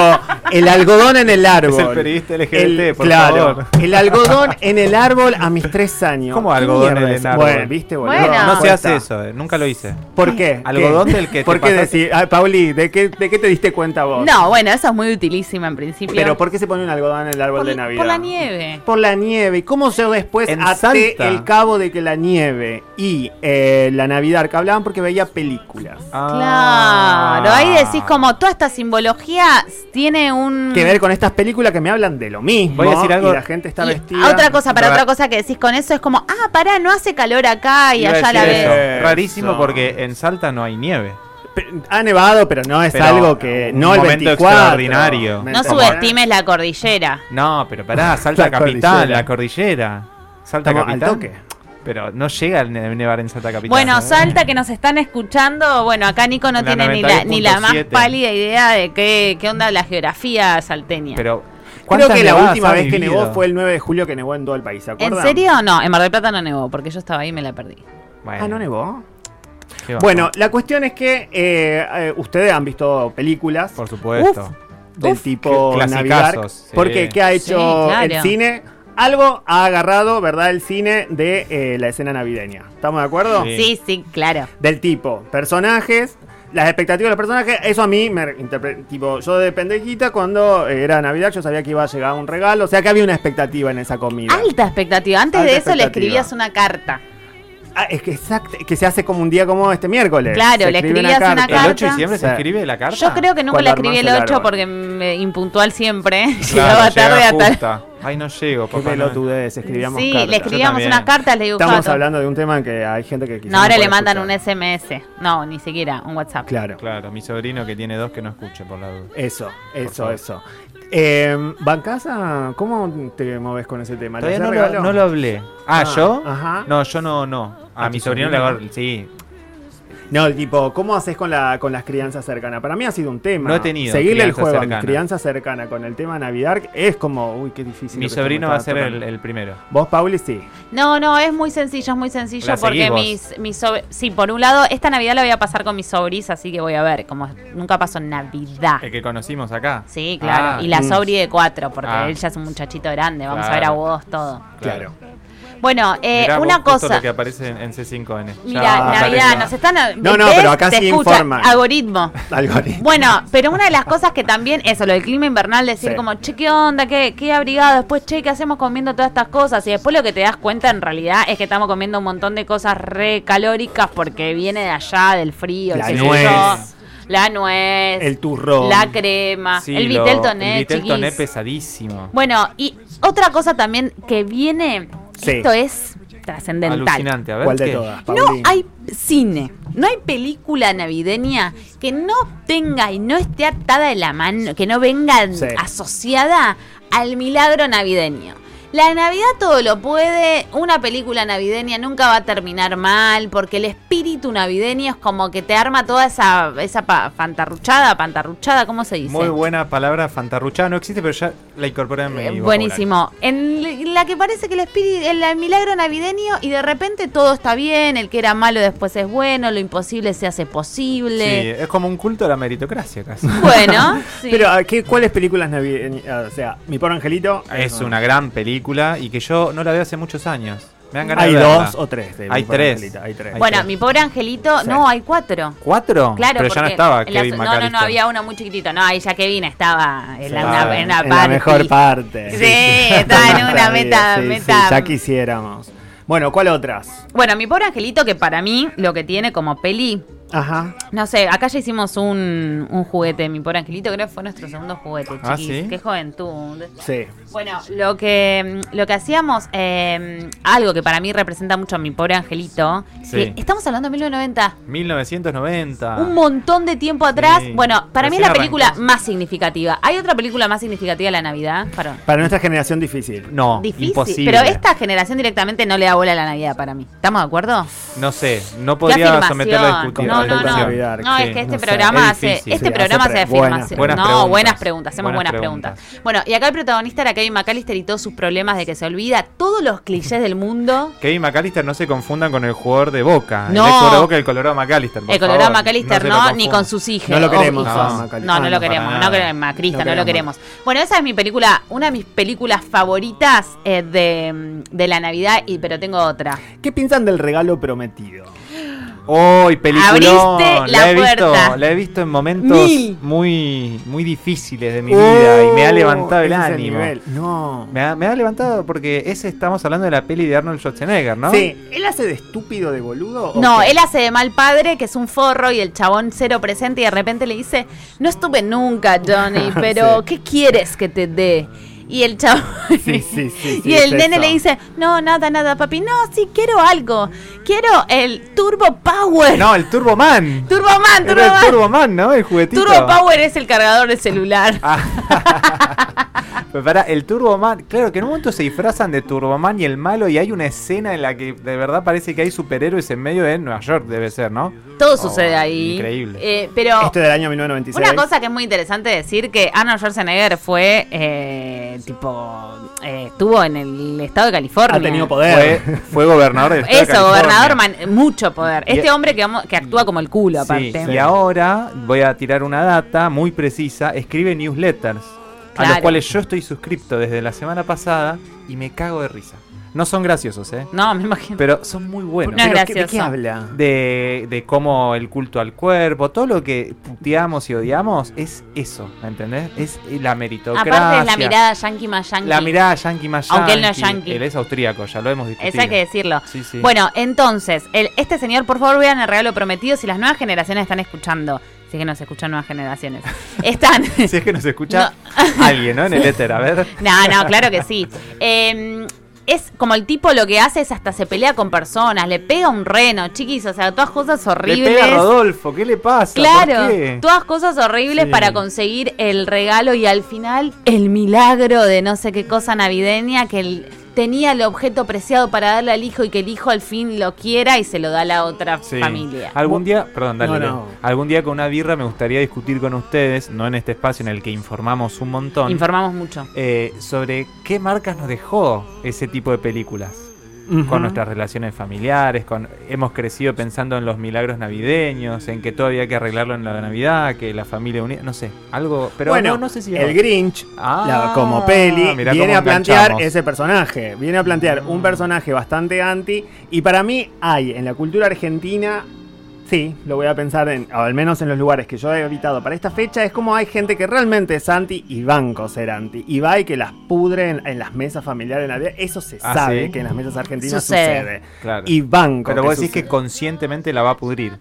Speaker 2: el algodón en el árbol.
Speaker 3: Es el periodista LGBT, por
Speaker 2: claro,
Speaker 3: favor.
Speaker 2: El algodón en el árbol a mis tres años.
Speaker 3: ¿Cómo
Speaker 2: ¿Qué
Speaker 3: algodón
Speaker 2: mierda
Speaker 3: en el
Speaker 2: es?
Speaker 3: árbol?
Speaker 2: Bueno, viste, boludo.
Speaker 4: Bueno.
Speaker 3: No, no se
Speaker 2: Posta.
Speaker 3: hace eso, eh, nunca lo hice.
Speaker 2: ¿Por qué?
Speaker 3: Algodón
Speaker 2: ¿Qué?
Speaker 3: del que te
Speaker 2: ¿Por qué
Speaker 3: pasaste?
Speaker 2: decís? Ah, Pauli, ¿de qué, ¿de qué te diste cuenta vos?
Speaker 4: No, bueno, eso es muy utilísimo en principio.
Speaker 2: Pero ¿por qué se pone un algodón en el árbol
Speaker 4: Por-
Speaker 2: de Navidad?
Speaker 4: por la nieve.
Speaker 2: Por la nieve. ¿Y cómo yo después
Speaker 3: En
Speaker 2: até
Speaker 3: Salta.
Speaker 2: el cabo de que la nieve y eh, la Navidad que hablaban porque veía películas?
Speaker 3: Ah.
Speaker 4: Claro, ahí decís como toda esta simbología tiene un...
Speaker 2: Que ver con estas películas que me hablan de lo mismo.
Speaker 3: Voy a decir algo-
Speaker 2: Y la gente está
Speaker 4: y
Speaker 2: vestida.
Speaker 4: Otra cosa, para
Speaker 3: Para-
Speaker 4: otra cosa que decís con eso es como, ah, pará, no hace calor acá y
Speaker 3: Iba a
Speaker 4: allá a la
Speaker 3: decir
Speaker 4: vez.
Speaker 3: Ah. eso.
Speaker 2: vez.
Speaker 3: Rarísimo
Speaker 2: Eso.
Speaker 3: porque en Salta no hay nieve.
Speaker 2: Pe- Ha nevado, pero no es
Speaker 3: Pero
Speaker 2: algo que.
Speaker 3: un
Speaker 2: No el
Speaker 3: momento
Speaker 2: 24.
Speaker 3: extraordinario.
Speaker 2: ¿me
Speaker 4: No
Speaker 2: entendés?
Speaker 4: subestimes la cordillera.
Speaker 3: No, pero pará, Salta
Speaker 2: La
Speaker 3: Capital,
Speaker 2: cordillera.
Speaker 3: la cordillera. Salta
Speaker 2: Estamos al
Speaker 3: Capital.
Speaker 2: toque.
Speaker 3: Pero no llega a ne- nevar en Salta Capital. ¿eh?
Speaker 4: Bueno, Salta, que nos están escuchando, bueno, acá Nico no
Speaker 3: La
Speaker 4: tiene ni la, ni la más
Speaker 3: 92.7.
Speaker 4: pálida idea de qué, qué onda la geografía salteña.
Speaker 3: Pero
Speaker 2: Creo
Speaker 3: ¿cuántas
Speaker 2: que la
Speaker 3: nevadas
Speaker 2: última
Speaker 3: ha
Speaker 2: vez que
Speaker 3: vivido?
Speaker 2: nevó fue el 9 de julio que nevó en todo el país, ¿se
Speaker 4: ¿En
Speaker 2: acuerdan?
Speaker 4: serio? No, en Mar del Plata no nevó, porque yo estaba ahí y me la perdí.
Speaker 3: Bueno,
Speaker 2: Ah, no nevó.
Speaker 3: qué bajón.
Speaker 2: Bueno, la cuestión es que eh, eh, ustedes han visto películas
Speaker 3: por supuesto.
Speaker 2: del
Speaker 4: Uf.
Speaker 2: tipo
Speaker 3: Qué
Speaker 2: Navidad.
Speaker 3: clasicazos, sí.
Speaker 2: Porque ¿qué ha hecho
Speaker 4: Sí, claro.
Speaker 2: el cine? Algo ha agarrado, ¿verdad? El cine de eh, la escena navideña. ¿Estamos de acuerdo?
Speaker 3: Sí.
Speaker 4: Sí, sí, claro.
Speaker 2: Del tipo, personajes, las expectativas de los personajes. Eso a mí me interpre- tipo, yo de pendejita cuando era Navidad yo sabía que iba a llegar un regalo, o sea que había una expectativa en esa comida.
Speaker 4: Alta expectativa. Antes
Speaker 2: Alta
Speaker 4: de eso le
Speaker 2: expectativa.
Speaker 4: escribías una carta.
Speaker 2: Ah, es que exacto, que se hace como un día como este miércoles.
Speaker 4: Claro,
Speaker 2: Se
Speaker 4: le
Speaker 2: escribe
Speaker 4: escribías una
Speaker 3: El 8 de
Speaker 4: carta.
Speaker 3: diciembre
Speaker 2: Sí.
Speaker 3: se escribe la carta.
Speaker 4: Yo creo que nunca
Speaker 2: Cuando
Speaker 4: la escribí el
Speaker 2: armás el
Speaker 4: 8
Speaker 2: árbol.
Speaker 4: porque me impuntual siempre.
Speaker 3: Claro,
Speaker 4: Llegaba tarde
Speaker 3: llega
Speaker 4: a tal.
Speaker 3: justa. Ay, no llego,
Speaker 2: Qué
Speaker 3: papá. Noel.
Speaker 2: pelotudez, escribíamos
Speaker 4: Sí,
Speaker 2: cartas.
Speaker 4: le escribíamos
Speaker 3: también.
Speaker 4: unas cartas, le dibujaba.
Speaker 2: Estamos
Speaker 4: todo.
Speaker 2: hablando de un tema en que hay gente que quizás
Speaker 4: No, ahora
Speaker 2: puede
Speaker 4: le mandan
Speaker 2: escuchar.
Speaker 4: un SMS. No, ni siquiera, un WhatsApp.
Speaker 2: Claro.
Speaker 3: Claro, mi sobrino que tiene dos que no escuche por la duda.
Speaker 2: Eso, eso,
Speaker 3: favor.
Speaker 2: eso. Eh, ¿Bancás a- ¿Cómo te moves con ese tema? ¿Le
Speaker 3: Todavía no
Speaker 2: hacés
Speaker 3: lo,
Speaker 2: regalo?
Speaker 3: no lo hablé. Ah,
Speaker 2: Ah,
Speaker 3: ¿yo?
Speaker 2: ajá.
Speaker 3: No, yo no, no. A,
Speaker 2: ¿A
Speaker 3: mi
Speaker 2: tu
Speaker 3: sobrino le
Speaker 2: sobrino?
Speaker 3: agarro- Sí.
Speaker 2: No, tipo, ¿cómo haces con, la, con las crianzas cercanas? Para mí ha sido un tema.
Speaker 3: No he tenido
Speaker 2: Seguirle el
Speaker 3: crianza
Speaker 2: juego a
Speaker 3: cercana.
Speaker 2: mi crianza cercana con el tema Navidad es como, uy, qué difícil.
Speaker 3: Mi
Speaker 2: lo que esto
Speaker 3: sobrino
Speaker 2: me
Speaker 3: va a
Speaker 2: está
Speaker 3: ser el,
Speaker 2: tocando.
Speaker 3: el primero.
Speaker 2: Vos, Pauli, sí.
Speaker 4: No, no, es muy sencillo, es muy sencillo
Speaker 3: La
Speaker 4: porque
Speaker 3: seguís vos.
Speaker 4: mis, mis sobre- Sí, por un lado, esta Navidad la voy a pasar con mis sobris, así que voy a ver, como nunca pasó Navidad.
Speaker 3: El que conocimos acá.
Speaker 4: Sí, claro.
Speaker 3: Ah,
Speaker 4: y la
Speaker 2: mm.
Speaker 4: sobri de cuatro, porque
Speaker 3: Ah.
Speaker 4: él ya es un muchachito grande, vamos a
Speaker 3: Claro.
Speaker 4: ver a vos todo.
Speaker 2: Claro.
Speaker 4: Bueno, eh,
Speaker 3: Mirá vos,
Speaker 4: una
Speaker 3: justo
Speaker 4: cosa.
Speaker 3: lo que aparece en, en C5N.
Speaker 4: Mira,
Speaker 2: Ya,
Speaker 4: Navidad,
Speaker 2: parece.
Speaker 4: nos están. a-
Speaker 2: No, no,
Speaker 4: ¿ves?
Speaker 2: pero acá
Speaker 4: Te
Speaker 2: sí
Speaker 4: escucha,
Speaker 2: informan.
Speaker 4: Algoritmo.
Speaker 2: Algo así.
Speaker 4: Bueno, pero una de las cosas que también, eso, lo del clima invernal, decir
Speaker 2: Sí.
Speaker 4: como, che, qué onda, qué, qué abrigado, después, che, qué hacemos comiendo todas estas cosas. Y después lo que te das cuenta en realidad es que estamos comiendo un montón de cosas re calóricas porque viene de allá, del frío, el
Speaker 2: La
Speaker 4: qué sé yo.
Speaker 2: nuez.
Speaker 4: la nuez,
Speaker 2: El turrón.
Speaker 4: la crema,
Speaker 3: Sí,
Speaker 4: ah, el
Speaker 3: lo-
Speaker 4: vitel toné,
Speaker 3: El vitel toné
Speaker 4: chiquis.
Speaker 3: pesadísimo.
Speaker 4: Bueno, y otra cosa también que viene,
Speaker 2: Sí.
Speaker 4: esto es trascendental.
Speaker 3: Alucinante. A ver
Speaker 2: ¿Cuál de
Speaker 3: qué.
Speaker 2: todas?
Speaker 4: No
Speaker 2: Pauli?
Speaker 4: hay cine, no hay película navideña que no tenga y no esté atada de la mano, que no venga
Speaker 2: Sí.
Speaker 4: asociada al milagro navideño. La Navidad todo lo puede, una película navideña nunca va a terminar mal, porque el espíritu navideño es como que te arma toda esa, esa pa- fantarruchada, pantarruchada, ¿cómo se dice?
Speaker 3: Muy buena palabra, fantarruchada. No existe, pero ya la incorporé en mi
Speaker 4: Eh,
Speaker 3: vocabulario.
Speaker 4: Buenísimo. En la que parece que el espíritu, el milagro navideño y de repente todo está bien, el que era malo después es bueno, lo imposible se hace
Speaker 3: Sí,
Speaker 4: posible.
Speaker 3: es como un culto a la meritocracia casi.
Speaker 4: Bueno, sí.
Speaker 2: Pero, ¿a qué, ¿cuáles películas navideñas? O sea, Mi Pobre Angelito.
Speaker 3: es una gran película y que yo no la veo hace muchos años. Me han ganado.
Speaker 2: Hay dos o tres. de Mi
Speaker 3: Hay
Speaker 2: Pobre
Speaker 3: tres.
Speaker 2: Angelito, Hay tres.
Speaker 4: bueno,
Speaker 3: creo.
Speaker 4: mi pobre angelito,
Speaker 2: Sí.
Speaker 4: no, hay cuatro.
Speaker 3: ¿Cuatro?
Speaker 4: Claro,
Speaker 3: pero ya no
Speaker 4: porque
Speaker 3: estaba
Speaker 4: en la-
Speaker 3: Kevin
Speaker 4: No, no, no,
Speaker 3: McAllister.
Speaker 4: había uno muy chiquitito. No, ahí ya Kevin estaba en, la,
Speaker 2: Sí.
Speaker 4: una- en una
Speaker 2: En la mejor parte.
Speaker 4: Sí, estaba en una
Speaker 2: Está bien,
Speaker 4: meta,
Speaker 2: sí, sí,
Speaker 4: meta
Speaker 2: ya quisiéramos. Bueno, ¿cuál otras?
Speaker 4: Bueno, mi pobre angelito, que para mí lo que tiene como peli
Speaker 2: Ajá.
Speaker 4: No sé, acá ya hicimos un, un juguete, mi pobre angelito, creo que fue nuestro segundo juguete, chiquis.
Speaker 3: Ah, ¿sí?
Speaker 4: Qué joventud.
Speaker 2: Sí.
Speaker 4: Bueno, lo que, lo que hacíamos, eh, algo que para mí representa mucho a mi pobre angelito,
Speaker 3: Sí.
Speaker 4: que estamos hablando de 1990.
Speaker 3: 1990.
Speaker 4: Un montón de tiempo atrás.
Speaker 3: Sí.
Speaker 4: Bueno, para mí es
Speaker 3: Recién
Speaker 4: la película
Speaker 3: arrancás.
Speaker 4: más significativa. ¿Hay otra película más significativa de la Navidad? Perdón.
Speaker 2: Para nuestra generación difícil.
Speaker 3: No,
Speaker 4: Difícil.
Speaker 3: imposible.
Speaker 4: Pero esta generación directamente no le da bola a la Navidad para mí. ¿Estamos de acuerdo?
Speaker 3: No sé, no
Speaker 4: ¿Qué
Speaker 3: podría
Speaker 4: afirmación?
Speaker 3: someterlo a discutir.
Speaker 4: No,
Speaker 3: a
Speaker 4: no,
Speaker 3: discusión.
Speaker 4: no.
Speaker 2: Navidad,
Speaker 4: No,
Speaker 3: Sí,
Speaker 4: es que este
Speaker 2: no sé,
Speaker 4: programa
Speaker 3: es
Speaker 4: hace,
Speaker 3: difícil.
Speaker 4: este
Speaker 2: Sí,
Speaker 4: programa
Speaker 2: hace
Speaker 4: se
Speaker 2: pre-
Speaker 4: afirma.
Speaker 2: buenas-
Speaker 4: se-
Speaker 3: buenas
Speaker 4: no,
Speaker 3: preguntas.
Speaker 4: buenas preguntas, hacemos buenas,
Speaker 3: Buenas
Speaker 4: preguntas.
Speaker 3: preguntas.
Speaker 4: Bueno, y acá el protagonista era Kevin McAllister y todos sus problemas de que se olvida todos los clichés del mundo.
Speaker 3: Kevin McAllister no se confundan con el jugador de Boca.
Speaker 4: No.
Speaker 3: El jugador de Boca el Colorado McAllister. por
Speaker 4: El colorado
Speaker 3: favor.
Speaker 4: McAllister
Speaker 3: se
Speaker 4: no,
Speaker 3: lo
Speaker 4: ni
Speaker 3: confundan.
Speaker 4: con sus hijos.
Speaker 2: No lo
Speaker 4: o
Speaker 2: queremos,
Speaker 4: hijos.
Speaker 3: no,
Speaker 2: McAllister.
Speaker 4: No, no
Speaker 2: Ah,
Speaker 4: lo
Speaker 2: no, para
Speaker 4: queremos,
Speaker 3: nada.
Speaker 4: no queremos, Macrista,
Speaker 2: No
Speaker 4: no lo
Speaker 2: queremos.
Speaker 4: queremos. Bueno, esa es mi película, una de mis películas favoritas eh, de, de la Navidad, y pero tengo otra.
Speaker 2: ¿Qué piensan del regalo prometido?
Speaker 3: ¡Uy, peliculón!
Speaker 4: Abriste la
Speaker 3: he
Speaker 4: puerta.
Speaker 3: Visto, la he visto en momentos
Speaker 4: Mil.
Speaker 3: muy, muy difíciles de mi vida y me ha levantado el
Speaker 2: Uh, Ese es
Speaker 3: ánimo.
Speaker 2: nivel. No.
Speaker 3: Me ha, me ha levantado porque ese estamos hablando de la peli de Arnold Schwarzenegger, ¿no?
Speaker 2: Sí, ¿él hace de estúpido, de boludo? o
Speaker 4: No,
Speaker 2: qué?
Speaker 4: él hace de mal padre, que es un forro y el chabón cero presente y de repente le dice, no estuve nunca, Johnny, pero
Speaker 2: Sí.
Speaker 4: ¿qué quieres que te dé? Y el chabón...
Speaker 2: Sí, sí, sí, sí,
Speaker 4: y
Speaker 2: es
Speaker 4: el nene
Speaker 2: eso.
Speaker 4: le dice, no, nada, nada, papi, no, sí, quiero algo. Quiero el Turbo Power.
Speaker 3: No, el Turboman.
Speaker 4: Turboman,
Speaker 3: Era el
Speaker 4: Turboman.
Speaker 3: Turboman, ¿no? El juguetito.
Speaker 4: Turbo Power es el cargador de celular.
Speaker 2: Ah,
Speaker 3: Pero pará, el Turboman, claro que en un momento se disfrazan de Turboman y el malo y hay una escena en la que de verdad parece que hay superhéroes en medio de Nueva York, debe ser, ¿no?
Speaker 4: Todo
Speaker 3: Oh,
Speaker 4: sucede ahí.
Speaker 3: increíble.
Speaker 4: Eh, pero...
Speaker 2: Este del año 1996.
Speaker 4: Una cosa que es muy interesante decir que Arnold Schwarzenegger fue eh, tipo eh, estuvo en el estado de California.
Speaker 2: Ha tenido
Speaker 3: Fue,
Speaker 2: poder.
Speaker 3: fue gobernador del estado de
Speaker 4: Eso,
Speaker 3: California.
Speaker 4: gobernador, man- mucho poder.
Speaker 3: Y-
Speaker 4: Este hombre que, vamos- que actúa como el culo,
Speaker 3: Sí,
Speaker 4: aparte.
Speaker 3: Y ahora voy a tirar una data muy precisa. Escribe newsletters a los
Speaker 4: Claro.
Speaker 3: cuales yo estoy suscripto desde la semana pasada y me cago de risa. No son graciosos, ¿eh?
Speaker 4: No, me imagino.
Speaker 3: Pero son muy buenos.
Speaker 4: No,
Speaker 2: Pero, ¿qué- ¿De
Speaker 4: gracioso.
Speaker 2: qué habla?
Speaker 3: de, de cómo el culto al cuerpo, todo lo que puteamos y odiamos es eso, ¿me entendés? Es la meritocracia.
Speaker 4: Aparte es la mirada yankee más yankee.
Speaker 3: La mirada yankee más
Speaker 4: Aunque él no es
Speaker 3: yanqui.
Speaker 4: yanqui.
Speaker 3: Él es austríaco, ya lo hemos discutido.
Speaker 4: Eso hay que decirlo.
Speaker 3: Sí, sí.
Speaker 4: Bueno, entonces, el- este señor, por favor, vean el regalo prometido si las nuevas generaciones están escuchando. Si es que nos escuchan nuevas generaciones. Están.
Speaker 3: Si es que nos escucha alguien, ¿no? En el éter, a ver.
Speaker 4: No, no, claro que sí. Eh, es como el tipo lo que hace es hasta se pelea con personas, le pega un reno, chiquis, o sea, todas cosas
Speaker 3: Le
Speaker 4: horribles.
Speaker 3: pega a Rodolfo, ¿qué le pasa? ¿Por qué?
Speaker 4: Claro, todas cosas horribles
Speaker 3: Sí.
Speaker 4: para conseguir el regalo y al final el milagro de no sé qué cosa navideña que él tenía el objeto preciado para darle al hijo y que el hijo al fin lo quiera y se lo da a la otra
Speaker 3: Sí. Ah.
Speaker 4: familia.
Speaker 3: Algún día, perdón, dale,
Speaker 2: No,
Speaker 3: Leo.
Speaker 2: no.
Speaker 3: Algún día con una birra me gustaría discutir con ustedes, no en este espacio en el que informamos un montón,
Speaker 4: Informamos mucho.
Speaker 3: eh, sobre qué marcas nos dejó ese tipo de películas. Con nuestras relaciones familiares, con hemos crecido pensando en los milagros navideños, en que todo había que arreglarlo en la Navidad, que la familia unida, no sé, algo. Pero
Speaker 2: bueno,
Speaker 3: no, no sé si.
Speaker 2: el Grinch,
Speaker 3: Ah,
Speaker 2: la- como peli,
Speaker 3: mirá
Speaker 2: viene
Speaker 3: cómo
Speaker 2: a plantear
Speaker 3: enganchamos.
Speaker 2: ese personaje. Viene a plantear un personaje bastante anti. Y para mí hay en la cultura argentina, sí, lo voy a pensar, en, o al menos en los lugares que yo he habitado para esta fecha, es como hay gente que realmente es anti y banco ser anti. Y va y que las pudre en, en las mesas familiares. En la, eso se
Speaker 3: Ah,
Speaker 2: sabe
Speaker 3: ¿sí?
Speaker 2: que en las mesas argentinas
Speaker 4: Sucede.
Speaker 2: sucede.
Speaker 3: Claro.
Speaker 2: Y banco.
Speaker 3: Pero
Speaker 2: que
Speaker 3: vos decís que
Speaker 2: sucede.
Speaker 3: conscientemente la va a pudrir.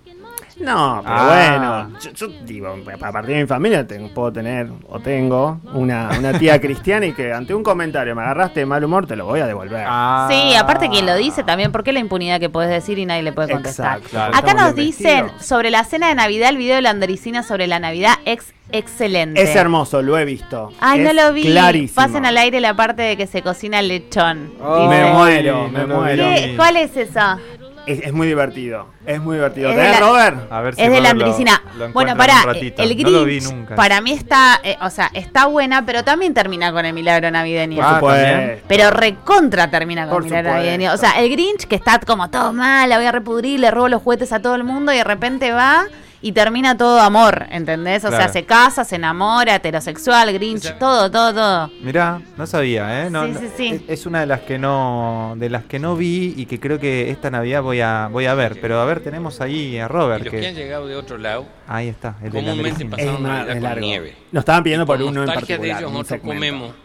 Speaker 2: No, pero
Speaker 3: Ah.
Speaker 2: bueno, yo, yo digo, a partir de mi familia tengo- puedo tener o tengo una, una tía cristiana y que ante un comentario me agarraste de mal humor, te lo voy a devolver.
Speaker 3: Ah.
Speaker 4: Sí, aparte quien lo dice también, porque la impunidad que puedes decir y nadie le puede contestar.
Speaker 2: Exacto.
Speaker 3: Claro.
Speaker 4: Acá
Speaker 2: Estamos
Speaker 4: nos
Speaker 2: bien
Speaker 4: dicen
Speaker 2: vestidos.
Speaker 4: sobre la cena de Navidad, el video de la Andricina sobre la Navidad, ex excelente.
Speaker 2: Es hermoso, lo he visto.
Speaker 4: Ay,
Speaker 2: Es
Speaker 4: no lo vi.
Speaker 2: Clarísimo.
Speaker 4: Pasen al aire la parte de que se cocina el lechón.
Speaker 3: Oh,
Speaker 2: Me
Speaker 4: Dice.
Speaker 2: muero,
Speaker 3: no
Speaker 2: me
Speaker 3: lo
Speaker 2: muero.
Speaker 3: vi.
Speaker 4: ¿Qué? ¿Cuál es eso?
Speaker 2: Es, es muy divertido, es muy divertido.
Speaker 4: Es
Speaker 2: ¿Te
Speaker 4: de
Speaker 2: ves,
Speaker 4: la-
Speaker 2: Robert?
Speaker 3: A ver si
Speaker 4: es de la
Speaker 3: Robert lo-
Speaker 4: Andricina.
Speaker 3: lo encuentra
Speaker 4: bueno,
Speaker 3: en
Speaker 4: pará, eh,
Speaker 3: un ratito.
Speaker 4: el Grinch
Speaker 3: No lo vi nunca.
Speaker 4: para mí está, eh, o sea, está buena, pero también termina con el milagro navideño.
Speaker 3: Ah,
Speaker 2: Supuesto.
Speaker 3: también.
Speaker 4: Pero recontra termina con
Speaker 2: Por
Speaker 4: el milagro
Speaker 2: supuesto.
Speaker 4: navideño. O sea, el Grinch que está como todo mal, la voy a repudrir, le robo los juguetes a todo el mundo y de repente va y termina todo amor, ¿entendés? O sea,
Speaker 3: Claro.
Speaker 4: se casa, se enamora, heterosexual, Grinch, todo, todo, todo.
Speaker 3: Mirá, no sabía, ¿eh? No,
Speaker 4: Sí,
Speaker 3: no-
Speaker 4: sí, sí.
Speaker 3: Es, es una de las que no de las que no vi y que creo que esta Navidad voy a voy a ver, pero a ver tenemos ahí a
Speaker 5: Y
Speaker 3: Robert
Speaker 5: los que han
Speaker 3: que
Speaker 5: llegado de otro lado,
Speaker 3: ahí está, el de la
Speaker 5: comúnmente
Speaker 3: medicina.
Speaker 5: pasa- Pasaron
Speaker 2: Es más,
Speaker 5: Navidad
Speaker 2: es
Speaker 5: con
Speaker 2: largo.
Speaker 5: nieve.
Speaker 2: Nos estaban pidiendo por
Speaker 5: con
Speaker 2: uno en
Speaker 5: nostalgia de
Speaker 2: particular.
Speaker 5: ellos
Speaker 2: un
Speaker 5: nosotros
Speaker 2: segmento.
Speaker 5: comemos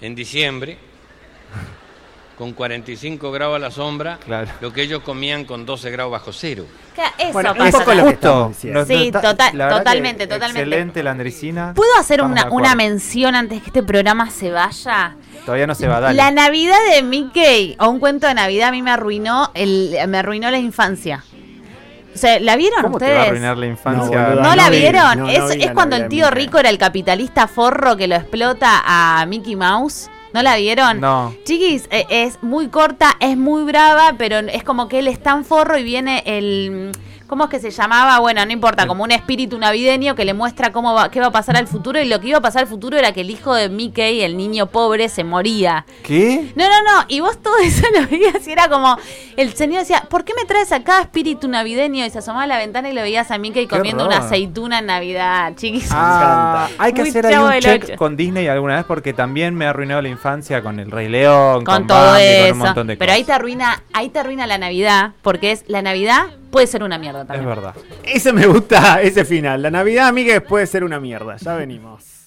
Speaker 5: en diciembre con 45 grados a la sombra
Speaker 3: Claro.
Speaker 5: lo que ellos comían con 12 grados bajo cero.
Speaker 4: Claro, Eso
Speaker 2: Bueno, un
Speaker 4: pasa.
Speaker 2: poco lo que
Speaker 3: Justo.
Speaker 2: estamos diciendo.
Speaker 4: Sí, total-
Speaker 3: la verdad que
Speaker 4: totalmente, totalmente.
Speaker 3: Excelente la Andricina.
Speaker 4: ¿Puedo hacer
Speaker 3: Estamos
Speaker 4: una,
Speaker 3: de
Speaker 4: una
Speaker 3: acuerdo.
Speaker 4: mención antes que este programa se vaya?
Speaker 3: Todavía no se va a dar.
Speaker 4: La Navidad de Mickey o un cuento de Navidad a mí me arruinó el me arruinó la infancia. O sea, ¿la vieron
Speaker 3: ¿Cómo
Speaker 4: ustedes?
Speaker 3: te va a arruinar la infancia?
Speaker 2: No, boluda,
Speaker 4: ¿No, la
Speaker 2: vi,
Speaker 4: vieron?
Speaker 2: no, no
Speaker 4: es
Speaker 2: vi
Speaker 4: es
Speaker 2: la
Speaker 4: cuando el
Speaker 2: Navidad de
Speaker 4: tío
Speaker 2: Mickey.
Speaker 4: rico era el capitalista forro que lo explota a Mickey Mouse. ¿No la vieron?
Speaker 3: No.
Speaker 4: Chiquis, eh, es muy corta, es muy brava, pero es como que él es tan forro y viene el... ¿Cómo es que se llamaba? Bueno, no importa, como un espíritu navideño que le muestra cómo va, qué va a pasar al futuro y lo que iba a pasar al futuro era que el hijo de Mickey, el niño pobre, se moría.
Speaker 3: ¿Qué?
Speaker 4: No, no, no. Y vos todo eso lo veías y era como. El señor decía, ¿por qué me traes acá espíritu navideño? Y se asomaba a la ventana y lo veías a Mickey
Speaker 3: Qué
Speaker 4: comiendo una
Speaker 3: horror.
Speaker 4: aceituna en Navidad, chiquis.
Speaker 3: Ah, hay que
Speaker 4: Muy
Speaker 3: hacer ahí
Speaker 4: Chavo
Speaker 3: un
Speaker 4: del
Speaker 3: check
Speaker 4: Ocho.
Speaker 3: con Disney alguna vez porque también me ha arruinado la infancia con el Rey León,
Speaker 4: con,
Speaker 3: con,
Speaker 4: todo
Speaker 3: Bambi, con un
Speaker 4: eso.
Speaker 3: montón de
Speaker 4: Pero ahí te
Speaker 3: cosas.
Speaker 4: arruina, ahí te arruina la Navidad, porque es la Navidad puede ser una mierda
Speaker 3: Es
Speaker 4: también.
Speaker 3: verdad.
Speaker 2: Ese me gusta, ese final. La Navidad, amigues, puede ser una mierda. Ya venimos.